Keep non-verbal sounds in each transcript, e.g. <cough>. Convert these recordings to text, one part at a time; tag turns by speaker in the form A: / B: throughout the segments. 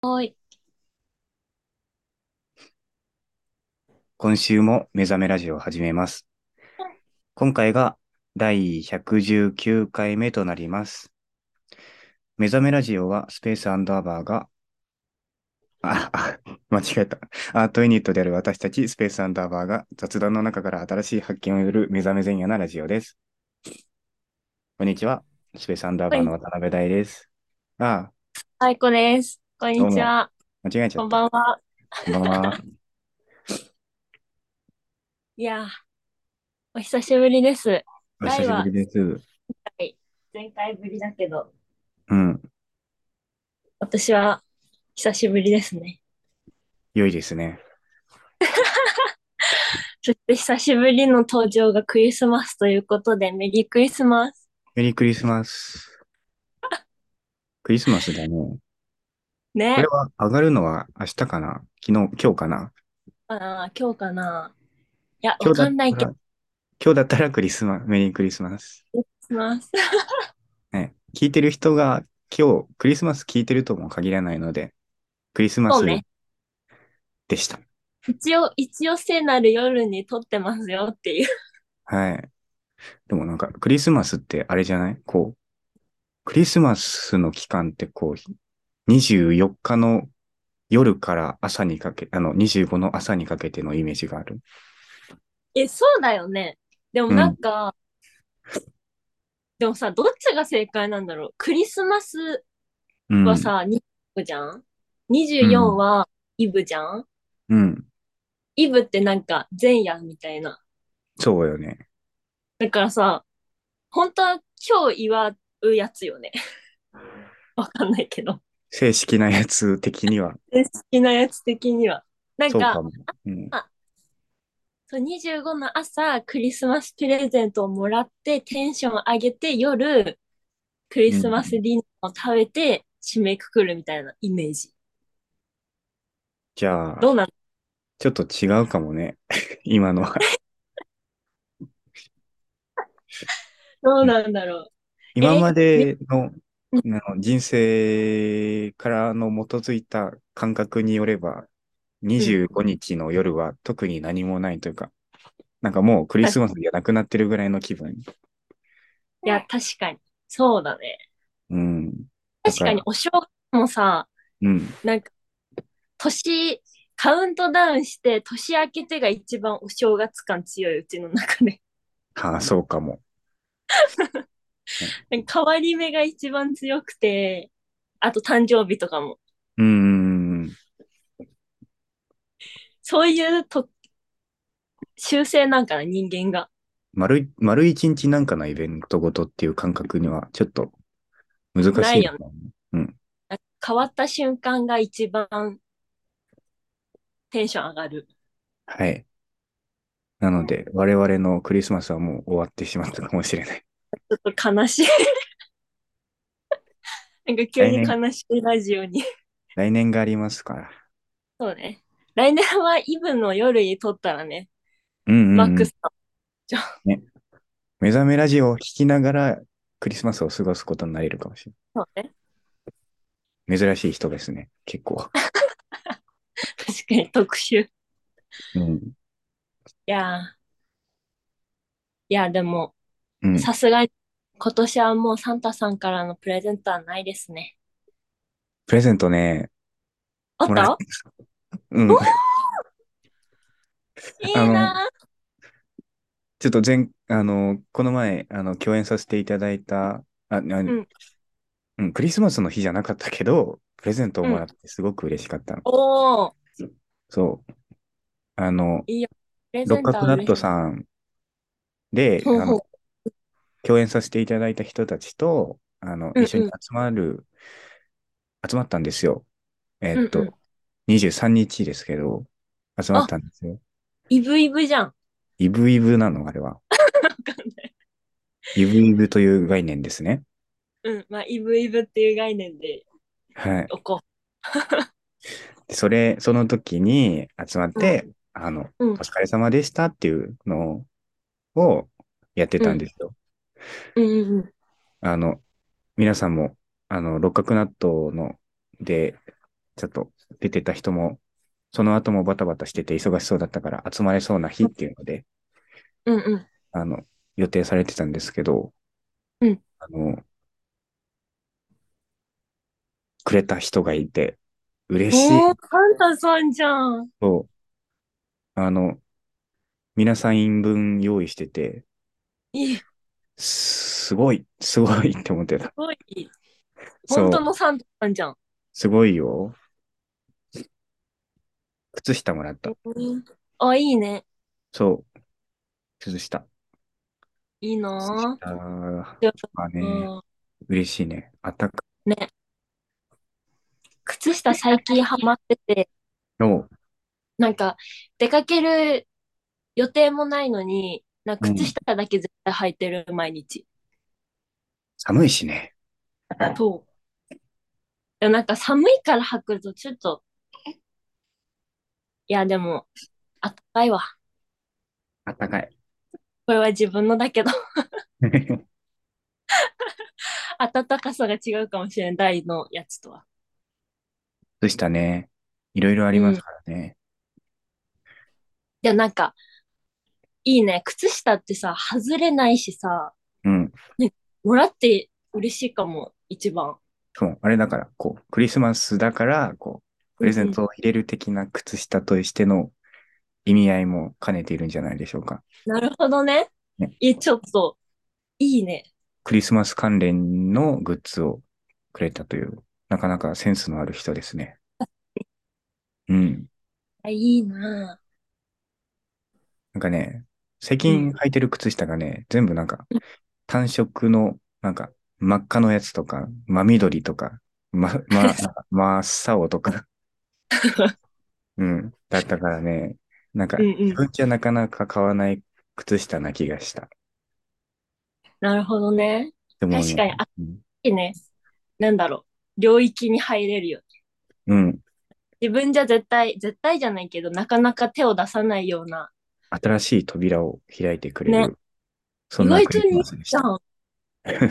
A: はい。
B: 今週も目覚めラジオを始めます。今回が第119回目となります。目覚めラジオはスペースアンダーバーが、あ、あ、間違えた。アートユニットである私たちスペースアンダーバーが雑談の中から新しい発見を得る目覚め前夜なラジオです。こんにちは。スペースアンダー
A: は
B: バー
A: い。
B: の渡辺大です。あ
A: あいこです。こん
B: どう
A: にち
B: も。
A: は。
B: 間違えちゃ
A: こ
B: っ
A: ん
B: た。
A: ばんは。
B: こんばんは。
A: いやー、お久しぶりです。
B: お久
A: 大
B: しぶ
A: は、
B: りです。
A: はい前回ぶりだけど、
B: うん。
A: 私は久しぶりですね。
B: 良いですね。
A: そして久しぶりの登場がクリスマスということで、メリークリスマス。
B: メリークリスマス。クリスマスだね。これ
A: ね。
B: は上がるのは明日かな昨日、今日かな
A: あー、今日かな。いや、わ
B: 今日だ
A: か
B: っ
A: んない
B: た
A: け
B: ら、
A: ど、
B: 今日だったらクリスマス、メリークリスマス。
A: クリスマス。
B: ね、聞いてる人が今日クリスマス聞いてるとも限らないので、クリスマ
A: そう
B: ス
A: ね。
B: でした。
A: 一応、一応聖なる夜に撮ってますよっていう。
B: はい。でもなんかクリスマスってあれじゃないこう、クリスマスの期間ってこう、24日の夜から朝にかけ、あの、25の朝にかけてのイメージがある。
A: え、そうだよね。でも
B: う。
A: なんんか、でもさ、どっちが正解なんだろう。クリスマス
B: う
A: は
B: ん。
A: さ、25じゃん
B: う
A: ?24
B: ん。
A: はイブじゃん
B: うん。
A: イブってなんか前夜みたいな。
B: そうよね。
A: だからさ、本当は今日祝うやつよね。 <laughs> わかんないけど。
B: 正式なやつ的には。
A: 正式なやつ的には。なん
B: そうか
A: か、
B: も。うん。
A: あ、そう25の朝、クリスマスプレゼントをもらって、テンション上げて、夜、クリ
B: う
A: スマス
B: ん。
A: ディナーを食べて、締めくくるみたいなイメージ。
B: じゃ
A: どう
B: あ、
A: なの
B: ちょっと違うかもね。 <laughs> 今のは。
A: どう
B: うん
A: なんだろう。
B: 今
A: え、
B: ま
A: み
B: での、
A: うん
B: あの人生からの基づいた感覚によれば、
A: うん
B: 25日の夜は特に何もないというか、なんかもうクリ
A: 確
B: スマスじゃなくなってるぐらいの気分。
A: いや、確かに。そうだね。
B: うん。だ
A: 確
B: か、
A: からに、お正月もさ、
B: うん。
A: なんか、年、カウントダウンして、年明けてが一番お正月感強い、うちの中で。 <laughs>
B: はあ、そうかも。ね
A: 変わり目が一番強くて、あと誕生日とかも。
B: うん。
A: そういうと、習性なんかな、人間が。
B: 丸い、丸一日なんかのイベントごとっていう感覚には、ちょっと難
A: な
B: しい
A: い
B: の
A: よ
B: か
A: ね。
B: もね。うん。
A: なんか変わった瞬間が一番テンション上がる。
B: はい。なので、我々のクリスマスはもう終わってしまったかもしれない。
A: ちょっと悲しい。 <laughs> なんか急
B: 来
A: に
B: 年、
A: 悲しいラジオに。
B: 来年がありますから。
A: そうね。来年はイブの夜に撮ったらね、
B: うん
A: マッ
B: うんう
A: ク
B: ん。
A: スさんじゃあ
B: ね。目覚めラジオを聞きながらクリスマスを過ごすことになれるかもしれ
A: そうね。
B: ない。珍しい人ですね。結
A: <laughs>
B: 構。
A: 確かに特集。い
B: うん。
A: やー、いや、でも、
B: うん。
A: さすがに今年はもうサンタさんからのプレゼントはないですね。
B: プレゼントね、
A: あっ
B: もらったた。う
A: お
B: ん。
A: い
B: あ
A: い
B: の、
A: なー。
B: ちょっと前、あの、この前、あの、共演させていただいた、あ、あ、
A: うん、
B: うん、クリスマスの日じゃなかったけど、プレゼントを
A: う
B: もら
A: ん。
B: ってすごく嬉しかった。
A: おー、
B: そう。あの、
A: いいよ。プレゼ
B: 六
A: ント
B: 角
A: は
B: ラッ
A: 嬉
B: ト
A: しい。
B: さんで、
A: ほう
B: あの、
A: ほ
B: 共演させていただいた人たちと、あの、
A: う。
B: 一
A: うん
B: 緒に
A: うん、
B: 集まる、集まったんですよ。え
A: う
B: っ
A: んうん。
B: と、23日ですけど、集まっ
A: あ、
B: たんですよ。
A: イブイブじゃん。わ
B: イブイブなの、あれは。
A: かんない。
B: イブイブという概念ですね。
A: うん、まあ、イブイブっていう概念で
B: はい。
A: おこ
B: でそれ、その時に集まっ
A: う。うん、
B: て、あの、
A: う
B: お
A: ん、
B: 疲れ様でしたっていうのをやって
A: う
B: たん
A: ん、
B: ですよ。
A: うん、うん。
B: あの、皆さんも、あの、六角納豆の、で、ちょっと出てた人も、その後もバタバタしてて忙しそうだったから集まれそうな日っていうので、
A: うんうん。
B: あの、予定されてたんですけど、
A: うん
B: あの、くれた人がいて、嬉しい。
A: おー、カンタさんじゃん。
B: そう。あの、皆さん分用意してて、
A: いい、す
B: すごい、すごいって思ってた。
A: ごい。
B: そう
A: 本当のサンタさんじゃん。
B: すごいよ。靴下もらった。
A: あ、いいね。
B: そう。靴下。
A: いい
B: 靴
A: な
B: 下は
A: ぁ。う
B: ね、
A: ん
B: 嬉しいね。あったか
A: 靴下最近ハマってて、
B: の、
A: なんか、出かける予定もないのに、なんか
B: うん
A: 靴下だけ絶対履いてる、毎日。
B: 寒いしね。
A: そう。でもなんか寒いから履くとちょっと、いやでも、あったかいわ。
B: あったかい。 <laughs>
A: これは自分のだけど、 <laughs> 暖かさが違うかもしれない、大のやつとは。
B: 靴下ね。いろいろありますからね。
A: でもなんか、いいね。靴下ってさ、外れないしさ、
B: うん。
A: もらって嬉しいかも、一番。
B: そう、あれだから、こう、クリスマスだから、こう、プレゼントを入れる的な靴下としての意味合いも兼ねているんじゃないでしょうか。
A: なるほどね
B: ね。
A: え、ちょっと、いいね。
B: クリスマス関連のグッズをくれたという、なかなかセンスのある人ですね。うん。
A: あいいな
B: なんかね、最近履いてる靴下がね、全部なんか、単色の、なんか、真っ赤のやつとか、真緑とか、ま、ま、なんか真っ青
A: <laughs>
B: とか、うん、だったからね、なんか
A: ぁ。う、んう
B: 自
A: ん。
B: 分じゃなかなか買わない靴下な気がした。
A: なるほどね。
B: でもね、
A: 確かにあ
B: うん
A: いいね。なんだろう。領域に入れるよ。
B: うん、
A: 自分じゃ絶対、絶対じゃないけど、なかなか手を出さないような。
B: 新しい扉を開いてくれる。
A: ね
B: そんな
A: 意外と
B: クリスマスでし
A: じゃ
B: た。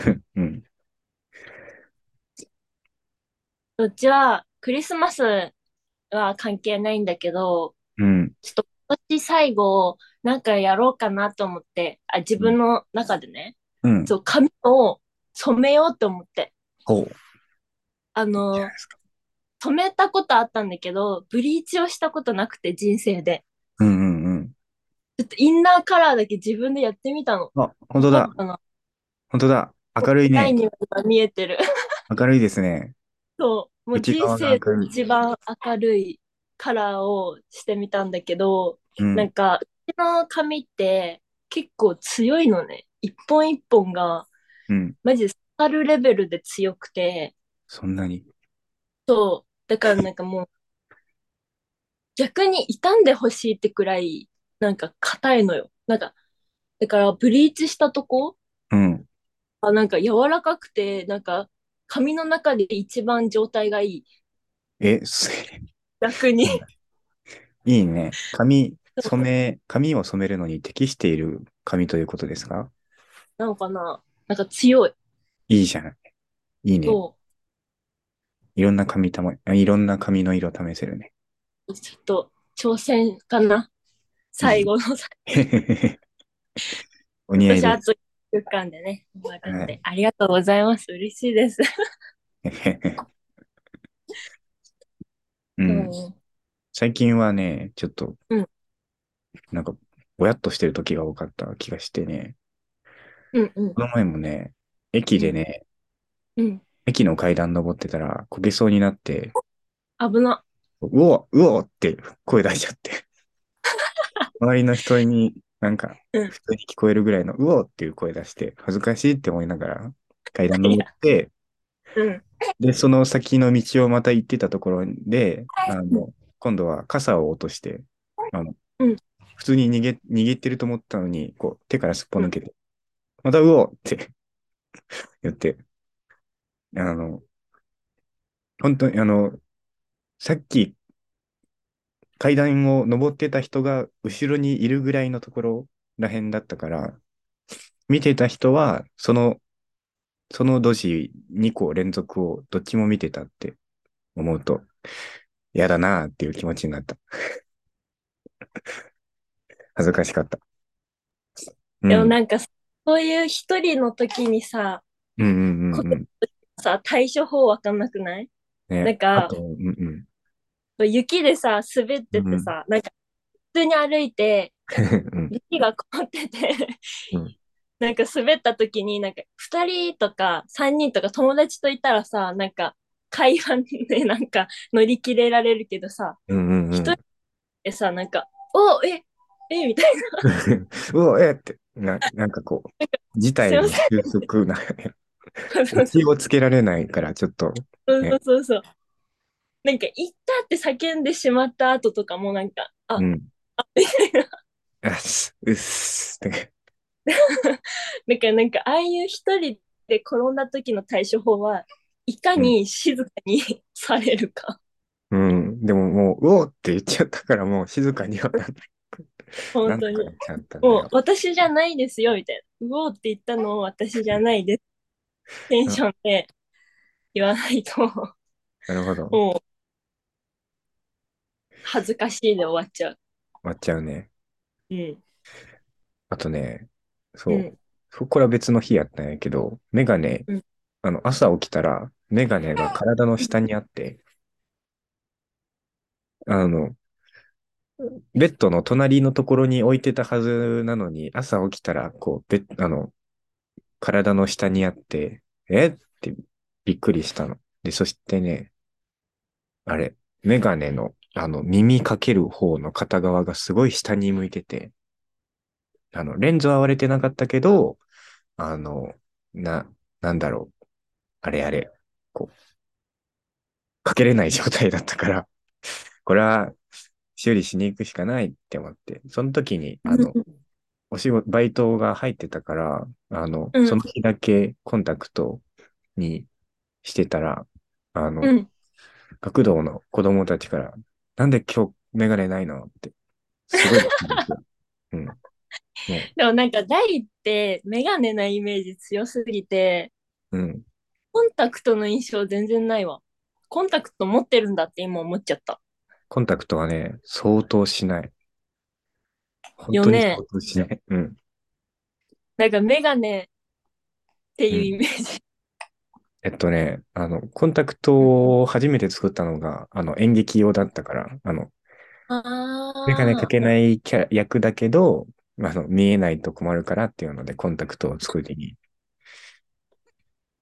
A: ん。
B: <laughs> うん、
A: うちは、クリスマスは関係ないんだけど、
B: うん、
A: ちょっと今年最後、なんかやろうかなと思って、あ、自分の中でね、
B: うん。
A: そう、髪を染めようと思って。
B: こう。
A: あの
B: じゃ
A: ー
B: ない、ですか
A: 染めたことあったんだけど、ブリーチをしたことなくて、人生で。
B: うん、うん、うん。
A: ちょっとインナーカラーだけ自分でやってみたの。
B: あ、本当だ
A: どう。かな
B: 本当だ。明るい
A: 第
B: ね。
A: 2話が見えてる。 <laughs>
B: 明るいですね。
A: そう。もう
B: 内
A: 人
B: 側が
A: 生
B: 明る
A: で
B: い
A: 一番明るいカラーをしてみたんだけど、
B: うん。
A: なんか、うちの髪って結構強いのね。一本一本が、
B: うん。
A: マジで刺さるレベルで強くて、
B: そんなに。
A: そう。だからなんかもう、逆に傷んでほしいってくらい、なんか硬いのよ。なんか、だからブリーチしたとこ
B: うん。
A: あ、なんか柔らかくて、なんか髪の中で一番状態がいい。
B: え、す <laughs>
A: 楽に。
B: いいね。髪、染め、髪を染めるのに適している髪ということですか
A: なのかななんか強い。
B: いいじゃん。いいね。
A: そ
B: いろんな髪たま、あいろんな髪の色試せるね。 <laughs>
A: う。ちょっと挑戦かな。最後の最
B: お似合い
A: 後、あ
B: で
A: と1週間でね、終わるので、ありがとうございます。嬉しいです。
B: す。 <laughs> う、
A: うんん
B: 最近はね、ちょっと、
A: うん
B: なんか、ぼやっとしてる時が多かった気がしてね。
A: <laughs> うんうん
B: この前もね、駅でね、
A: うん。
B: 駅の階段登ってたら、こけそうになって、
A: 危な。
B: うおうおって声出しちゃ
A: <laughs>
B: って。周りの人になんか、
A: うん
B: 普通に聞こえるぐらいの、うおっていう声出して、恥ずかしいって思いながら階段登って、
A: うん。
B: で、その先の道をまた行ってたところで、あの、今度は傘を落として、あの
A: うん、
B: 普通に逃げ、逃げてると思ったのに、こう、手からすっぽ抜けて、またうおって <laughs> 言って、あの、本当に、あの、さっき、階段を登ってた人が後ろにいるぐらいのところらへんだったから、見てた人は、その、そのドジ2個連続をどっちも見てたって思うと、嫌だなーっていう気持ちになった。 <laughs> 恥ずかしかった。うん、
A: でも
B: うん
A: なんか、そういう一人の時にさ、
B: うんうんう
A: こ
B: ん。
A: さ、対処法わかんなくない
B: ね、
A: なんか
B: あとうんうん。 <laughs>
A: 雪でさ、滑っててさ、なんか、普通に歩いて、
B: うん
A: 雪が凍ってて
B: うん、
A: <laughs> なんか滑った時に、なんか、二人とか三人とか友達といたらさ、なんか、会話でなんか乗り切れられるけどさ、
B: うんうんうん
A: 一人でさ、なんか、おええみたいな。
B: <laughs> うわ、えって、な、なんか
A: <laughs>
B: こう、事態に収束な、 <laughs>
A: そう
B: 気をつけられないから、ちょっと、
A: そうそうそう。なんか、行ったって叫んでしまった後とかも、なんか、あ、
B: うん。
A: みたいな。
B: うっす、うっす、って
A: だからなんかああいう一人で転んだ時の対処法はいかに静かに <laughs> されるか。
B: うん。でももう、うおーって言っちゃったから、もう静かにはなな
A: 本
B: ん
A: 当
B: と
A: に
B: か。なっちゃったんだ
A: もう
B: よ。
A: 私じゃないですよみたいな。うおーって言ったのを私じゃないです。テンションで言わないと、
B: なるほど。終
A: もう恥ずかしいで終わっちゃう。
B: わっちゃうね。
A: うん。
B: あとね、そうう、
A: ん、
B: そこら別の日やったんやけど、メガネ
A: うん、
B: あの、朝起きたら、メガネが体の下にあって、あの、ベッドの隣のところに置いてたはずなのに、朝起きたら、こう、ベッ、あの、体の下にあって、えってびっくりしたの。で、そしてね、あれ、メガネの、あの、耳かける方の片側がすごい下に向いてて、あの、レンズは割れてなかったけど、あの、な、なんだろう。あれあれ、こう、かけれない状態だったから、これは修理しに行くしかないって思って、その時に、
A: <laughs>
B: あの、お仕事、バイトが入ってたから、あの、
A: うん
B: その日だけコンタクトにしてたら、あの、
A: うん。
B: 学童の子供たちから、なんで今日メガネないのって、すごい聞かれて。
A: <laughs>
B: うん。ね、
A: でもなんか大ってメガネなイメージ強すぎて、
B: うん。
A: コンタクトの印象全然ないわ。コンタクト持ってるんだって今思っちゃった。
B: コンタクトはね、相当しない。本
A: よ
B: 当に
A: ね
B: 相当しない。うん。
A: なんかメガネっていうイメージ。
B: えっとね、あの、コンタクトを初めて作ったのが、あの、演劇用だったから、あの、
A: ああ。
B: メガネかけないキャラ役だけど、あの、見えないと困るからっていうので、コンタクトを作りに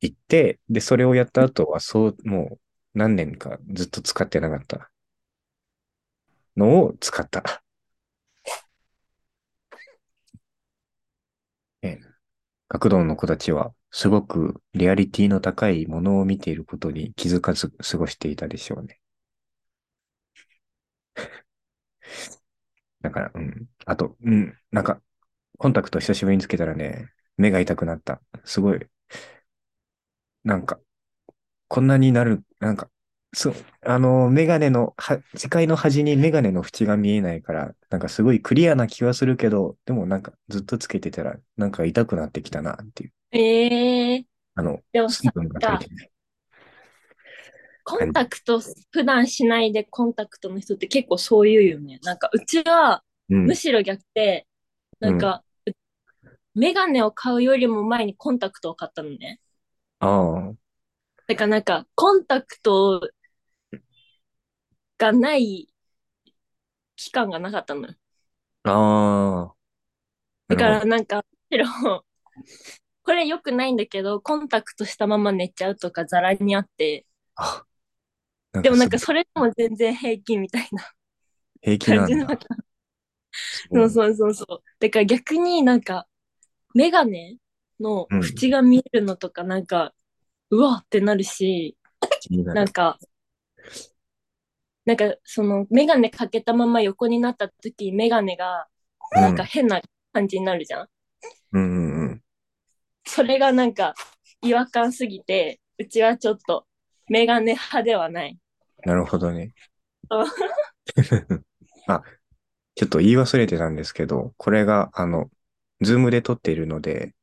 B: 行って、で、それをやった後は、そう、もう何年かずっと使ってなかったのを使った。 <laughs> え、学童の子たちは、すごくリアリティの高いものを見ていることに気づかず過ごしていたでしょうね。だから、うん。あと、うん。なんか、コンタクト久しぶりにつけたらね、目が痛くなった。すごい。なんか、こんなになる、なんか、そう、あの、メガネの、は、視界の端にメガネの縁が見えないから、なんかすごいクリアな気はするけど、でもなんかずっとつけてたら、なんか痛くなってきたなっていう。
A: ええ
B: あの、
A: でも
B: 水
A: さ、
B: 分が足りてない。
A: コンタクト、普段しないでコンタクトの人って結構そういうよね。なんかうちは
B: うん
A: む。しろ逆で、なんか、メガネを買うよりも前にコンタクトを買ったのね。
B: ああ。
A: だからなんか、コンタクトがない期間がなかったのよ。
B: ああ。
A: だか
B: なるほ
A: らなんか、むしろ、 <laughs> これ良くないんだけど、コンタクトしたまま寝ちゃうとかザラにあって、
B: ど、あ
A: でもなんか
B: す
A: それでも全然平気みたいな
B: ごい平気な
A: 感じ
B: ん
A: の。そ
B: だ。
A: うそうそうそう。だから逆になんか、メガネの
B: うん
A: 縁が見えるのとかなんか、うわってなるし、
B: 気になる
A: なんか、なんかそのメガネかけたまま横になった時、メガネがなんか変な感じになるじゃん。
B: うんうんうん。
A: それがなんか違和感すぎて、うちはちょっとメガネ派ではない。
B: なるほどね
A: あ。
B: <laughs> あ、ちょっと言い忘れてたんですけど、これが、あの、ズームで撮っているので、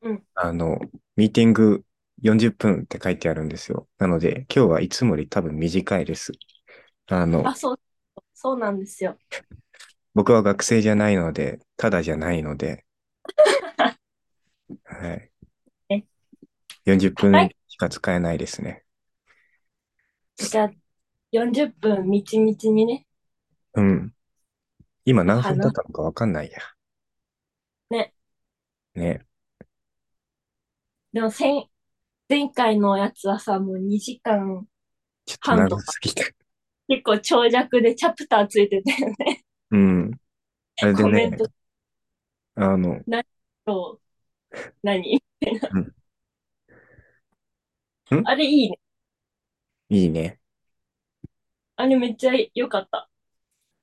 A: うん
B: あの、ミーティング40分って書いてあるんですよ。なので、今日はいつもより多分短いです。あの、
A: あ、そう、そうなんですよ。
B: 僕は学生じゃないので、ただじゃない
A: <laughs>
B: ので、はい
A: え。
B: 40
A: は
B: 分
A: い
B: しか使えないですね。
A: じゃあ、40分、みちみちにね。
B: うん。今何分
A: 話
B: 経ったのかわかんないや。
A: ね。
B: ね。
A: でも、せん前回のやつはさ、もう2時間、
B: ちょっと
A: 半
B: 長
A: とか
B: すぎた。
A: 結構長尺でチャプターついてたよね。 <laughs>
B: うん。あれで
A: コメ
B: ね
A: ン、ト
B: あの、
A: と、何みたいな
B: うんん
A: あれいいね。
B: いいね。
A: あれめっちゃ良かった。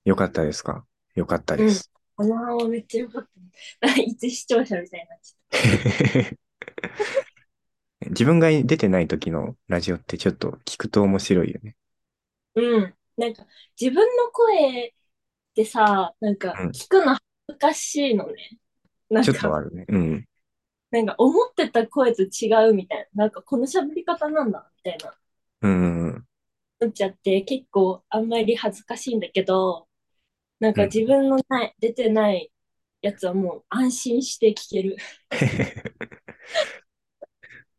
B: よかったですかよかったです。
A: あのはめっちゃ良かった。一視聴者みたいになっちゃっ
B: <laughs> 自分が出てない時のラジオってちょっと聞くと面白いよね。
A: た。うん。なんか、自分の声ってさ、なんか
B: うん、
A: 聞くの恥ずかしいのね。なん
B: ちょっと
A: か、
B: あるね。うん。
A: なんか思ってた声と違うみたいな。なんか、この喋り方なんだ、みたいな。
B: うんうん <laughs>
A: なっちゃって、結構あんまり恥ずかしいんだけど、なん
B: う
A: か
B: ん
A: 自分のない、出てないやつはもう安心して聞ける。 <laughs>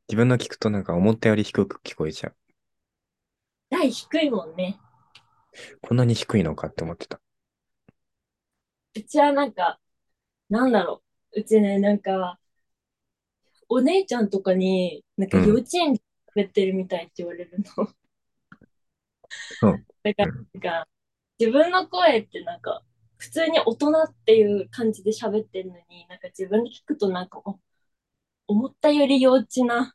B: 自分の聞くとなんか思ったより低く聞こえちゃう。
A: 台低いもんね。
B: こんなに低いのかって思ってた。
A: うちはなんか、なんだろう。うちね、なんか、お姉ちゃんとかに、なんか
B: うん
A: 幼稚園で喋ってるみたいって言われるの。
B: うん
A: <laughs> だから、なんか、自分の声ってなんか、普通に大人っていう感じで喋ってるのに、なんか自分で聞くとなんか、お思ったより幼稚な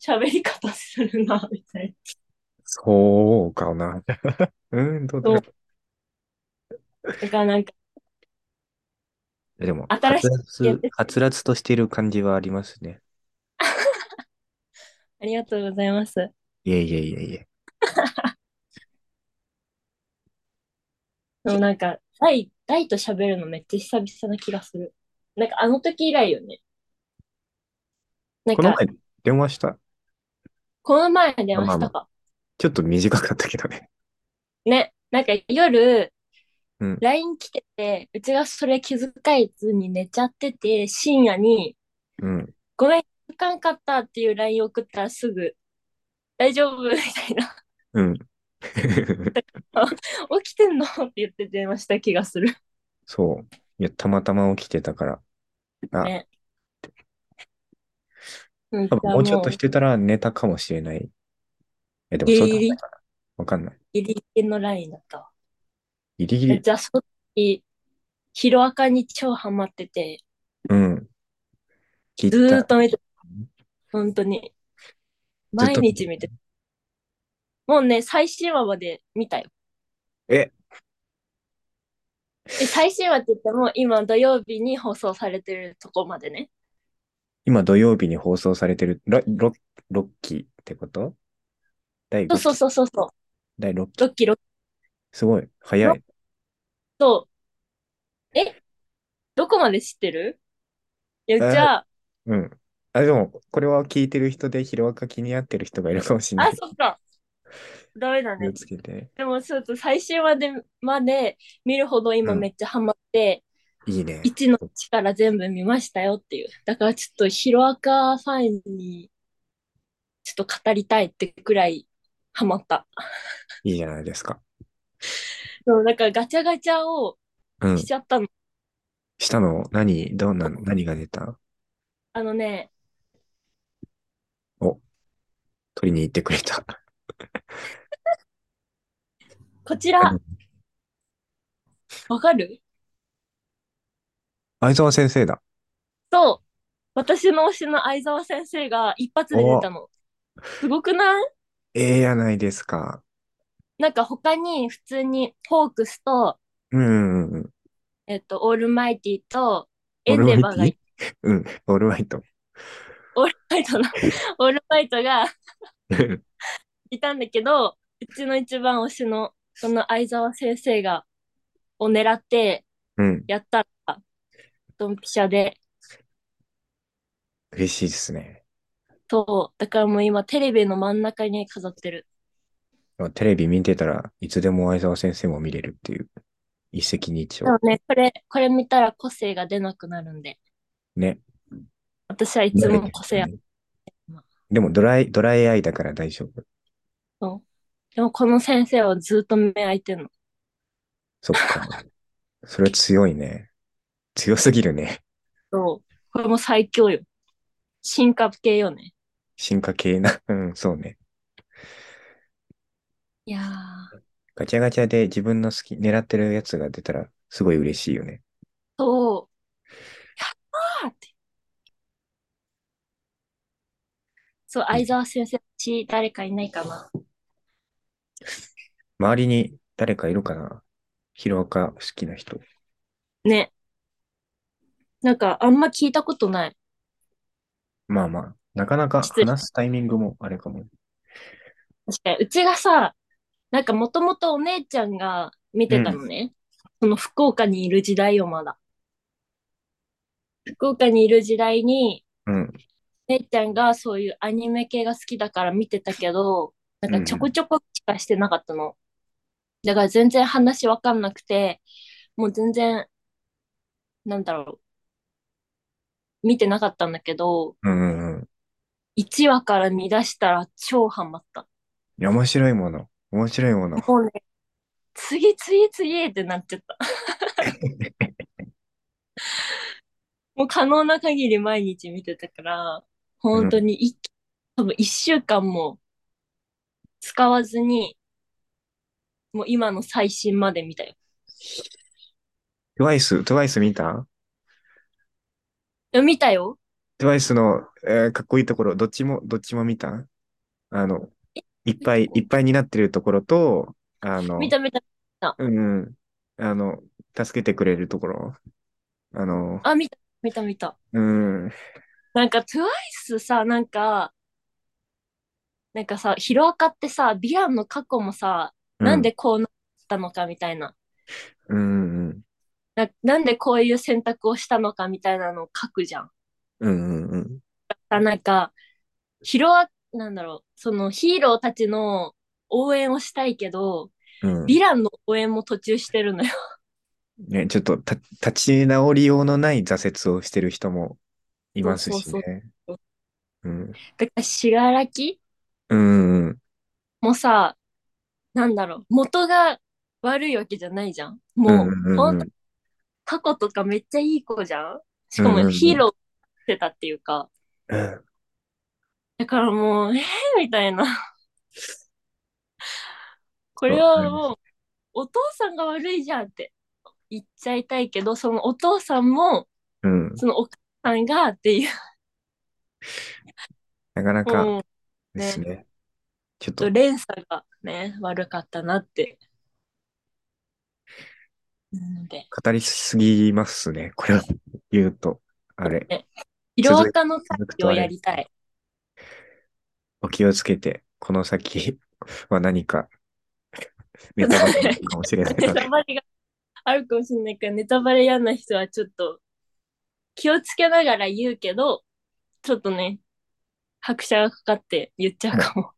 A: 喋り方するな、みたいな。
B: そうかな。 <laughs> うん、どうだろう
A: だからなんか、
B: でも、は
A: 新し
B: つ
A: い
B: ら
A: や
B: つ
A: つ、
B: はつらつとしている感じはありますね。
A: ありがとうございます。
B: いえいえいえいえ。
A: でもなんか、ダイ、ダイと喋るのめっちゃ久々な気がする。なんかあの時以来よね。なん
B: この
A: か、
B: 前電話した。
A: この前電話
B: まあ
A: し
B: まあ
A: たか。
B: ちょっと短かったけどね。
A: ね、なんか夜、
B: うん
A: LINE 来てて、うちがそれ気づかいずに寝ちゃってて、深夜に、 <laughs>
B: うん。
A: ごめん、気づかんかったっていう LINE 送ったらすぐ、大丈夫みたいな、 <laughs>
B: うん。
A: 起きてんのって言って電話した気がする。
B: そう。いや、たまたま起きてたから。あ、
A: ね。うん、じ
B: 多分
A: ゃあ
B: もうちょっ
A: も
B: と
A: う
B: してたら寝たかもしれない。え、でも
A: ギ
B: そう
A: リ
B: で
A: ギ
B: もない
A: リ、
B: かなわかんない。
A: ギリギリの LINE だったわ。
B: ギリギリ。
A: じゃあ、その時、ヒロアカに超ハマってて、
B: うん。聞い。
A: ずーったと見てた。本当に。
B: ずっ
A: 毎
B: と
A: 日見てた。もうね、最新話まで見たよ。
B: え、
A: え、最新話って言っても、今土曜日に放送されてるとこまでね。
B: 今土曜日に放送されてるロ、ロ、ロッキーってこと第
A: そう
B: 5
A: そう
B: 期。
A: そうそうそう。
B: 第6期。
A: ロッキーロッキー
B: すごい。早い。
A: と、え、どこまで知ってるいや、
B: えー
A: じゃあ、
B: うん。あ、でも、これは聞いてる人で、ヒロアカ気に合ってる人がいるかもしれな
A: あ、
B: い。
A: そっか。ダメだ
B: 気を
A: ね。
B: つけて。
A: でも、ちょっと最新話でまで見るほど今めっちゃハマって、
B: いいね。
A: 1の1から全部見ましたよっていう。だからちょっとヒロアカファンにちょっと語りたいってくらいハマった。
B: いいじゃないですか。
A: そう、だからガチャガチャを
B: うん
A: し。ちゃったの。
B: したの何どんなの何が出た
A: あのね、
B: 取りに行ってくれた。
A: こちら、わかる
B: 相沢先生だ。
A: と、私の推しの相沢先生が一発で出たの。すごくない
B: ええやないですか。
A: なんか他に普通にフォークスと、
B: うんうんうん。
A: えっと、オールマイティと、
B: オ
A: エ
B: ー
A: ン
B: ル
A: デ
B: マ
A: バ
B: イ
A: ー
B: テ
A: が
B: ィ、うん、オールマイト。 <laughs>
A: オールマイトな、オールマイトがいたんだけど、うちの一番推しの、その相沢先生が、を狙って
B: <laughs> うん、
A: やったら、ドンピシャで、
B: 嬉しいですね。
A: と、だからもう今テレビの真ん中に飾ってる。
B: まあテレビ見てたらいつでも相沢先生も見れるっていう一石二鳥
A: で。もね、これ、これ見たら個性が出なくなるんで、
B: ね。
A: 私はいつも個性ある。
B: でもドライ、ドライアイだから大丈夫。
A: でもこの先生はずっと目開いてるの。
B: そっか。それは強いね。強すぎるね。
A: そう。これも最強よ。進化系よね。
B: 進化系な。うん、そうね。
A: いやー、
B: ガチャガチャで自分の好き、狙ってるやつが出たらすごい嬉しいよね。
A: そう。やったーって。そう、相沢先生、うち誰かいないかな。
B: 周りに誰かいるかなヒロアカ好きな人。
A: ね。なんか、あんま聞いたことない。
B: まあまあ、なかなか
A: 失礼
B: 話すタイミングもあれかも。
A: 確かに、うちがさ、なんかもともとお姉ちゃんが見てたのね。その福岡にいる時代よ、まだ。福岡にいる時代に、
B: うん。
A: 姉ちゃんがそういうアニメ系が好きだから見てたけど、なんかちょこちょこしかしてなかったの。だから全然話わかんなくて、もう全然、なんだろう、見てなかったんだけど、
B: うんうんうん。
A: 1話から見出したら超ハマった。
B: いや面白いもの。面白いもの。
A: もうね、次次次ってなっちゃ <laughs> った。もう可能な限り毎日見てたから、本当に一気、多分一週間も使わずに、もう今の最新まで見たよ。
B: トゥワイス、トゥワイス見た
A: いや見たよ。
B: トゥワイスの、えーかっこいいところ、どっちも、どっちも見たあの、いっぱいいっぱいになってるところと、あの、
A: 見た見た。
B: うんうん、あの、助けてくれるところ。あの、
A: あ、見た見た見た。
B: うん、
A: なんか TWICE さ、なんか、なんかさ、ヒロアカってさ、ヴィランの過去もさ、なんでこうなったのかみたいな。
B: うん、うん、
A: な、なんでこういう選択をしたのかみたいなのを書くじゃん。
B: うん、うん、うん、
A: あ、なんか、ヒロア、なんだろう、そのヒーローたちの応援をしたいけど、
B: うん。
A: ヴィランの応援も途中してるのよ。 <laughs>
B: ね、ちょっとた立ち直りようのない挫折をしてる人もいますし
A: そう
B: ね。うん、
A: だから、信楽
B: うん、うん、
A: もさ、なんだろう、元が悪いわけじゃないじゃん。
B: う
A: もう、
B: ん、う
A: ほん
B: ん
A: と、過去とかめっちゃいい子じゃん。しか
B: うんうんう
A: も
B: ん
A: ヒーローをしてたっていうか。
B: うん。
A: だからもう、えー、みたいな。これはもう、お父さんが悪いじゃんって言っちゃいたいけど、そのお父さんも、
B: うん、
A: そのお母さんがっていう、
B: なかなか
A: もう
B: ですね。ち
A: ちょ
B: ょっと
A: っと、連鎖がね、悪かったなって。なので、
B: 語りすぎますね。これを言うと、あれ、
A: ヒロアカの会
B: 続くとあ
A: を
B: れ
A: やりたい。
B: お気をつけて、この先 <laughs> は何か、ネタバレになるかもしれない
A: ネ
B: ので
A: タ <laughs> バレがあるかもしれないから、ネタバレ嫌な人はちょっと気をつけながら言うけど、ちょっとね、拍車がかかって言っちゃうかも。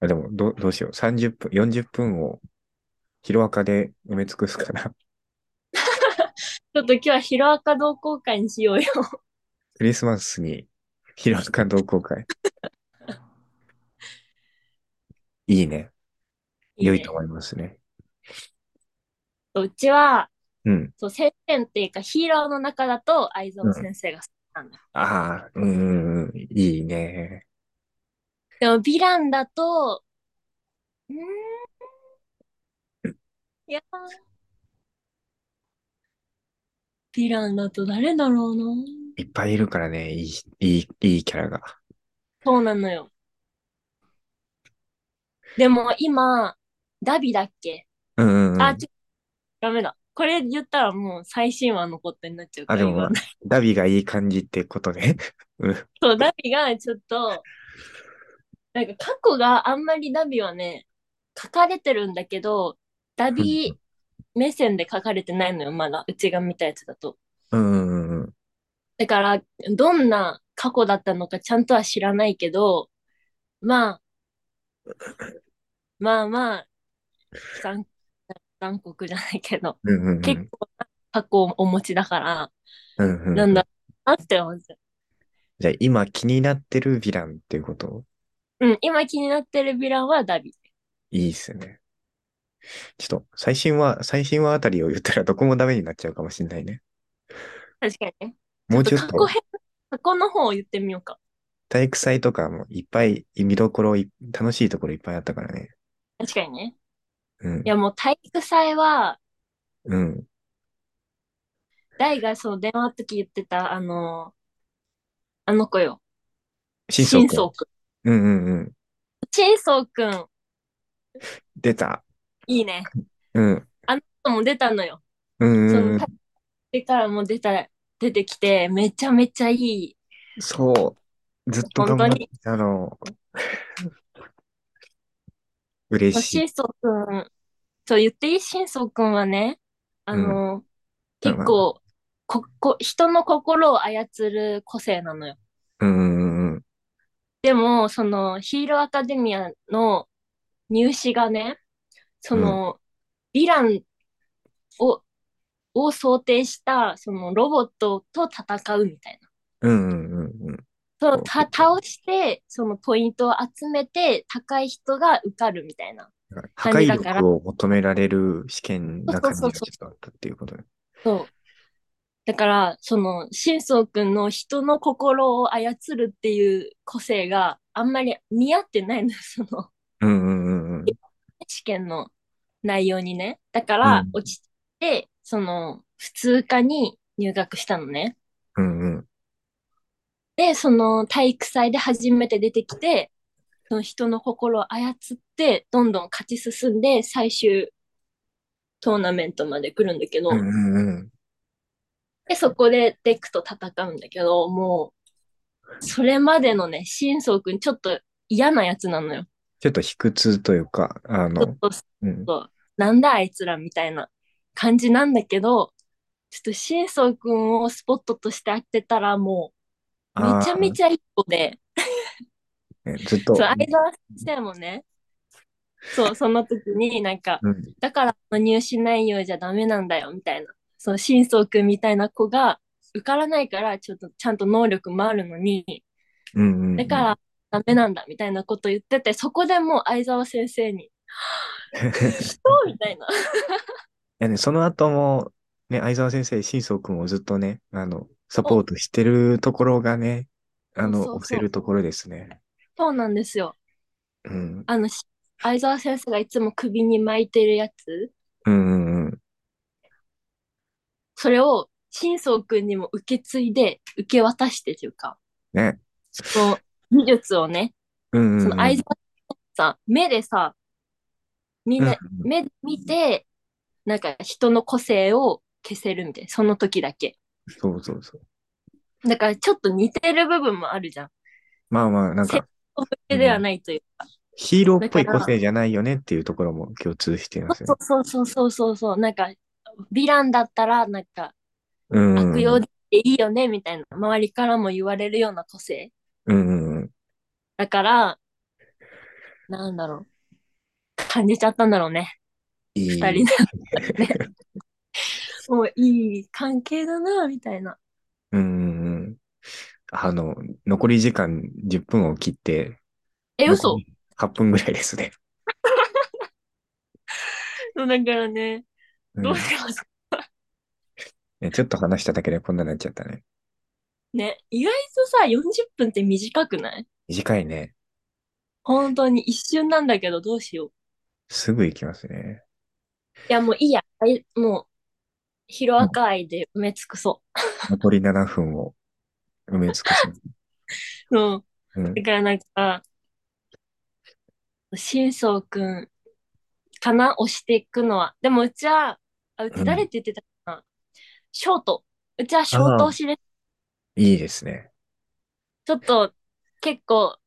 B: あでもどう、どうしよう。30分、40分を、ヒロアカで埋め尽くすから、
A: ちょっと今日はヒロアカ同好会にしようよ。
B: クリスマスにヒロアカ同
A: <laughs>
B: 好会。いいね。良いと思いますね。
A: うちは、
B: うん。
A: そう、先生っていうかヒーローの中だと相沢先生が好きなんだ。
B: ああ、うんうんうん、いいね。
A: でもヴィランだと、うーん。いやーヴィランだと誰だろうない
B: っぱいいるからね、いい、いい、いいキャラが。
A: そうなのよ。でも今、ダビだっけ、
B: うんうんうん。
A: あ、ちょ、ダメだ。これ言ったらもう最新話のことになっちゃうか
B: あ、
A: ら
B: でも
A: 言
B: まあ
A: わない。、
B: ダビがいい感じってことね。うん。
A: <laughs> そう、ダビがちょっと、なんか過去があんまりダビはね、書かれてるんだけど、ダビ目線で書かれてないのよ、まだ。うちが見たやつだと。
B: うんうんうんうん。
A: だから、どんな
B: <laughs>
A: 過去だったのかちゃんとは知らないけど、まあ、まあまあ、残残酷じゃないけど、
B: うんうんうん
A: 結構な過去をお持ちだから、
B: うんうん
A: なんだろうなって思って。
B: じゃあ今気になってるヴィランっていうこと
A: うん、今気になってるヴィランはダビ。
B: いいっすね。ちょっと最新話、最新話あたりを言ったらどこもダメになっちゃうかもしんないね。
A: 確かにね。
B: もうちょっ
A: 過去
B: と
A: 編、過去の方を言ってみようか。
B: 体育祭とかもいっぱい見どころい、楽しいところいっぱいあったからね。
A: 確かにね。
B: う
A: い。
B: ん
A: やもう体育祭は、
B: うん。
A: 大がそう電話の時言ってた、あの、あの子よ。
B: 新装
A: そうくん。
B: うんうんうん。
A: 新そうくん、
B: 出た。
A: いいね。
B: うん。
A: あの子も出たのよ。
B: うん
A: そ
B: うんう
A: の
B: ん
A: 体。育祭からも出た、出てきて、めちゃめちゃいい。
B: そう。ずっと頑張ってたの。 <laughs> 嬉しい。
A: 新そうくん、そう言っていい新そうくんはね、あの、結構、ここ、人の心を操る個性なのよ。
B: うんうんうん。
A: でも、そのヒーローアカデミアの入試がね、その、ヴィランを、を想定した、そのロボットと戦うみたいな。
B: うんうんうんうん。
A: そ
B: お
A: のた倒して、そのポイントを集めて、高い人が受かるみたいな。
B: だから破
A: 感じだ
B: 壊
A: から
B: 力を求められる試験な感じ
A: そ
B: が
A: う
B: ち
A: そ
B: ょ
A: う
B: っとあったっていうことね。
A: そう。だから、その、心操くんの人の心を操るっていう個性があんまり似合ってないのよ、その。
B: うんうんうんうん。
A: 試験の内容にね。だから
B: うん、
A: 落ちて、その、普通科に入学したのね。
B: うんうん。
A: で、その、体育祭で初めて出てきて、その人の心を操って、どんどん勝ち進んで、最終トーナメントまで来るんだけど、
B: うんうんうん。
A: で、そこでデクと戦うんだけど、もう、それまでのね、シンソウくん、ちょっと嫌なやつなのよ。
B: ちょっと卑屈というか、あ
A: ちょっ
B: の、
A: と
B: うん。
A: なんだあいつらみたいな感じなんだけど、ちょっとシンソウくんをスポットとして当てたらもうめちゃめ
B: ゃ。
A: ちゃいい子で、
B: ねずっと
A: そう、。相沢先生もね、そう、その時になんか、
B: うん
A: だからあの入試内容じゃダメなんだよみたいな、そのシンソウくんみたいな子が受からないから、ちょっとちゃんと能力もあるのに、
B: うんうんうん。
A: だ
B: <laughs>
A: からダメなんだみたいなこと言ってて、そこでもう相沢先生に、そうみたいな。
B: いやね、その後も、ね、相沢先生、新宗君をずっとね、あの、サポートしてるところがね、あ
A: そう
B: の、
A: そうそう
B: 押せるところですね。
A: そうなんですよ。
B: うん。
A: あの、し相沢先生がいつも首に巻いてるやつ、
B: うんうんうん。
A: それを、新宗くんにも受け継いで、受け渡してというか、
B: ね。
A: その技術をね、
B: うんうん、うん。
A: その相沢先生さ、目でさ、みんな、
B: うんうん
A: 目で見て、なんか人の個性を消せるみたいな、その時だけ。
B: そうそうそう。
A: だからちょっと似てる部分もあるじゃん。
B: まあまあ、なん
A: せ
B: か、
A: 目ではないというか。
B: ヒーローっぽい
A: だから
B: 個性じゃないよねっていうところも共通していますよ
A: そ
B: ね
A: う。そうそうそうそうそう、なんか、ヴィランだったら、なんか、
B: うんうん。
A: 悪用でいいよね、みたいな、周りからも言われるような個性。
B: うんうんうん。
A: だから、なんだろう。感じちゃったんだろうね。
B: いい。
A: 二人で。 <laughs> ね、もういい関係だな、みたいな。
B: うんうんうん。あの、残り時間10分を切って、
A: え、嘘
B: ?8 分ぐらいですね。
A: そうだからね、
B: うん
A: どうしますか、 <laughs>
B: ねちょっと話しただけでこんなになっちゃったね。
A: ね、意外とさ、40分って短くない
B: 短いね。
A: 本当に一瞬なんだけど、どうしよう。
B: すぐ行きますね。
A: いや、もういいや。あいもう、ヒロアカ愛で埋め尽くそ
B: 残り7分を埋め尽くす。
A: う。うん。
B: う
A: <laughs>
B: ん
A: だからなんか、新宗くんかな押していくのは。でもうちは、あう
B: う
A: ち
B: ん
A: 誰って言ってたかな、ショート。うちはショート押しで、
B: いいですね。
A: ちょっと結構、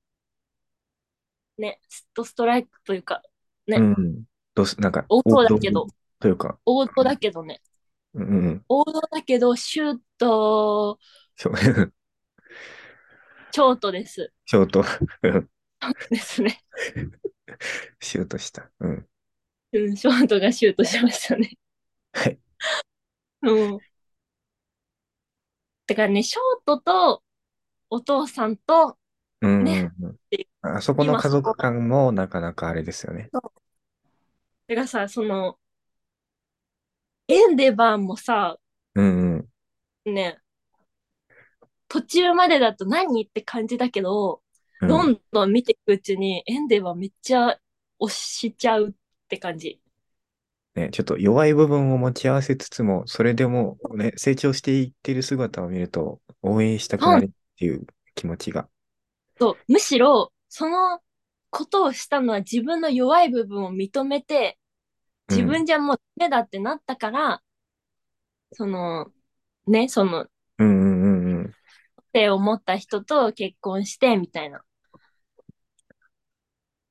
A: ね、スッとストライクというか、ね
B: うん。どうす、なんか、
A: 王道だけど
B: 王道というか、
A: 王道だけどね。
B: うんうん。
A: 王道だけど、シュート、
B: シ <laughs> ョ
A: ショートです。
B: ショート。
A: ですね。
B: しようとした。うん。
A: うん、ショートがシュートしましたね。
B: はい。
A: うん。だからね、ショートとお父さんと、
B: うん、
A: ね
B: うんうん。あそこの家族感もなかなかあれですよね。
A: てかさ、その、エンデバーもさ、
B: うんうん。
A: ね、途中までだと何って感じだけど、
B: うん
A: どんどん見ていくうちに、エンデバーめっちゃ押しちゃうって感じ。
B: ね、ちょっと弱い部分を持ち合わせつつも、それでも、ね、成長していってる姿を見ると、応援したくなるっていう気持ちが。
A: そう、むしろ、そのことをしたのは自分の弱い部分を認めて、
B: うん
A: 自分じゃもうダメだってなったから、その、ね、その、っ
B: うんうんうんうん。
A: て思った人と結婚して、みたいな。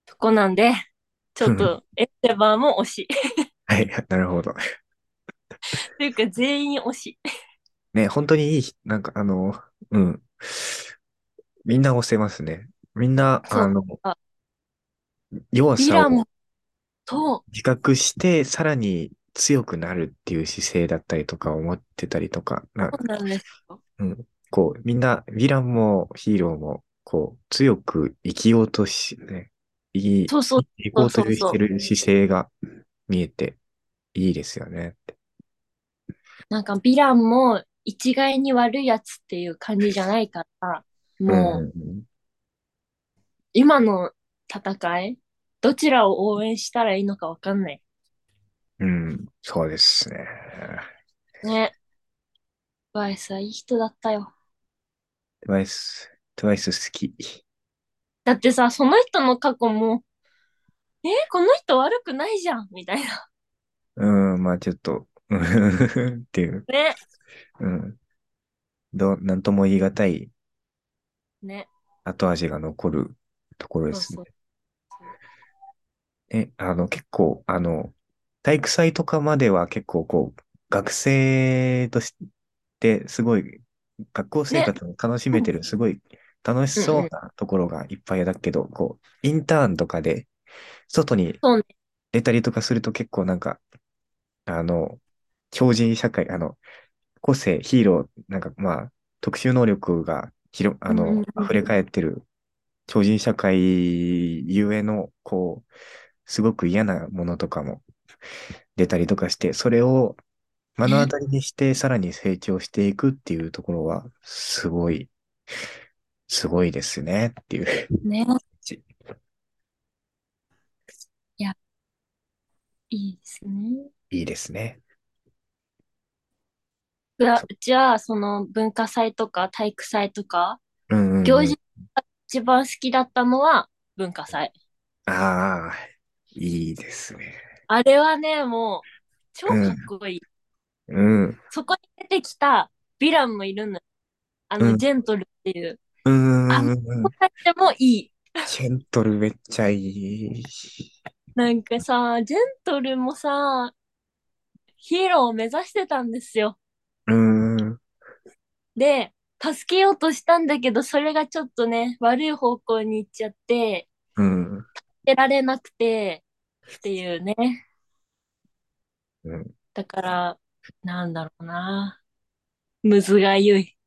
A: とこなんで、ちょっと、エンデバーも推し。 <laughs>
B: はい、 <laughs> なるほど。
A: というか、全員推し。
B: ね、本当にいい、なんかあの、うん。みんな押せますね。みんな、
A: そう
B: あの
A: あ、ヴ
B: 弱
A: ィ
B: さ
A: ラ
B: を
A: も、と、
B: 自覚して、さらに強くなるっていう姿勢だったりとか、思ってたりとか、な
A: そうなんですよ。
B: うん、こう、みんな、ヴィランもヒーローも、こう、強く生きようとし、ね、生き、
A: そうそう、
B: 生きこう
A: そ
B: と
A: うそう
B: してる姿勢が見えて、いいですよねって。
A: なんか、ヴィランも一概に悪いやつっていう感じじゃないから、もう、
B: んんん
A: 今の戦い、どちらを応援したらいいのかわかんない。
B: うん、そうですね。
A: ね。バイスはいい人だったよ。
B: トワイス、トワイス好き。
A: だってさ、その人の過去も、えこの人悪くないじゃんみたいな。
B: うん、まあちょっと、うんっていう、
A: ね。
B: うん。どう、なんとも言い難い
A: ね。
B: 後味が残るとこ
A: そ
B: ろで
A: う
B: すね
A: そう。。
B: え、あの、結構、あの、体育祭とかまでは結構こう、学生として、すごい、学校生活を楽しめてる、すごい楽しそうなところがいっぱいだけど、こう、インターンとかで、外に
A: そうね
B: 出たりとかすると結構なんか、あの、超人社会、あの、個性、ヒーロー、なんかまあ、特殊能力が広、あ
A: うんうん
B: の、
A: うん
B: 溢れ返ってる、超人社会ゆえの、こう、すごく嫌なものとかも出たりとかして、それを目の当たりにして、さらに成長していくっていうところは、すごい、すごいですね、っていう。 <laughs>
A: ね。いや、いいですね。
B: いいですね。
A: うわうちは、その文化祭とか体育祭とか、
B: うんうんうん。
A: 行事が一番好きだったのは文化祭。
B: ああ、いいですね。
A: あれはね、もう、超かっこいい。
B: うん。
A: そこに出てきたヴィランもいるのよ。あ
B: う
A: の、
B: ん
A: ジェントルっていう。
B: うーん。
A: でもいい。
B: ジェントルめっちゃいい。
A: なんかさ、ジェントルもさ、ヒーローを目指してたんですよ。
B: うーん。
A: で、助けようとしたんだけど、それがちょっとね、悪い方向に行っちゃって、
B: うん。
A: 出られなくて、っていうね。
B: うん
A: だから、なんだろうな。むずがゆい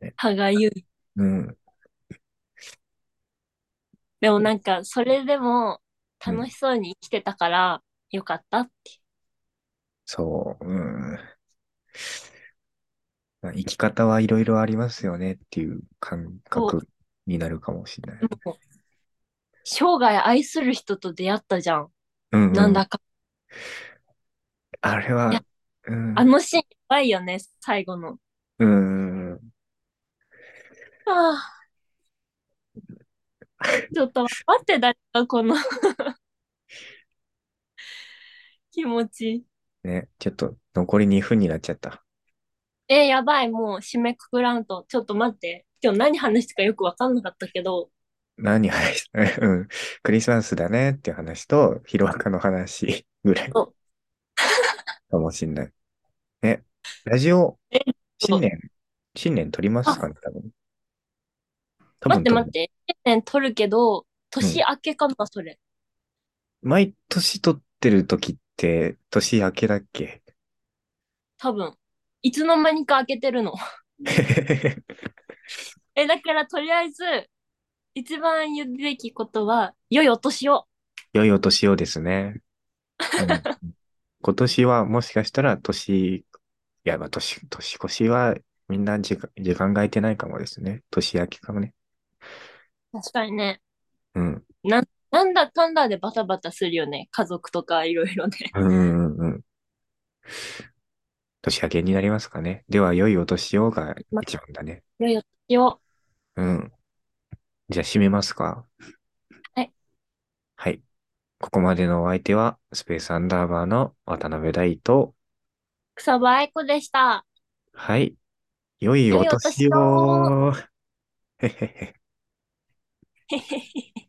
B: ね。
A: 歯がゆい。
B: うん。
A: でもなんか、それでも楽しそうに生きてたから、よかったって。
B: そう。うん。まあ生き方はいろいろありますよねっていう感覚になるかもしれない。
A: もう生涯愛する人と出会ったじゃん。
B: うん、うん。
A: なんだか。
B: あれ
A: い
B: は
A: や、
B: うん。
A: あのシーン、やばいよね、最後の。
B: うん。
A: ああ。ちょっと待って、誰か、この気持ち。
B: ね、ちょっと残り2分になっちゃった。
A: えーやばい、もう締めくくらんと。ちょっと待って。今日何話したかよくわかんなかったけど、
B: 何話した <laughs> うん。クリスマスだねっていう話と、ヒロアカの話ぐらい
A: そ
B: かもしんない。え、ラジオ、新年、新年撮りますかね、多分。多
A: 待
B: 分
A: って
B: 撮る
A: 待って、新年撮るけど、年明けかな、それ。
B: 毎年撮ってる時って、年明けだっけ <laughs>
A: 多分。いつの間にか明けてるの。 <laughs> え、だからとりあえず、一番言うべきことは、良いお年を。
B: 良いお年をですね。うん今年はもしかしたら年、いや、まあ年、年越しはみんな時間、時間が空いてないかもですね。年明けかもね。
A: 確かにね。
B: うん。
A: なんだかんだでバタバタするよね。家族とかいろいろね。
B: うんうんうんうん。年明けになりますかね。では、良いお年をが一番だね。
A: 良いお年を。
B: うん。じゃあ、締めますか。
A: はい。
B: はい。ここまでのお相手は、スペースアンダーバーの渡辺大と、
A: 草場愛子でした。
B: はい。良いお年
A: 良いお
B: <laughs> を。へへへ。
A: へへへ。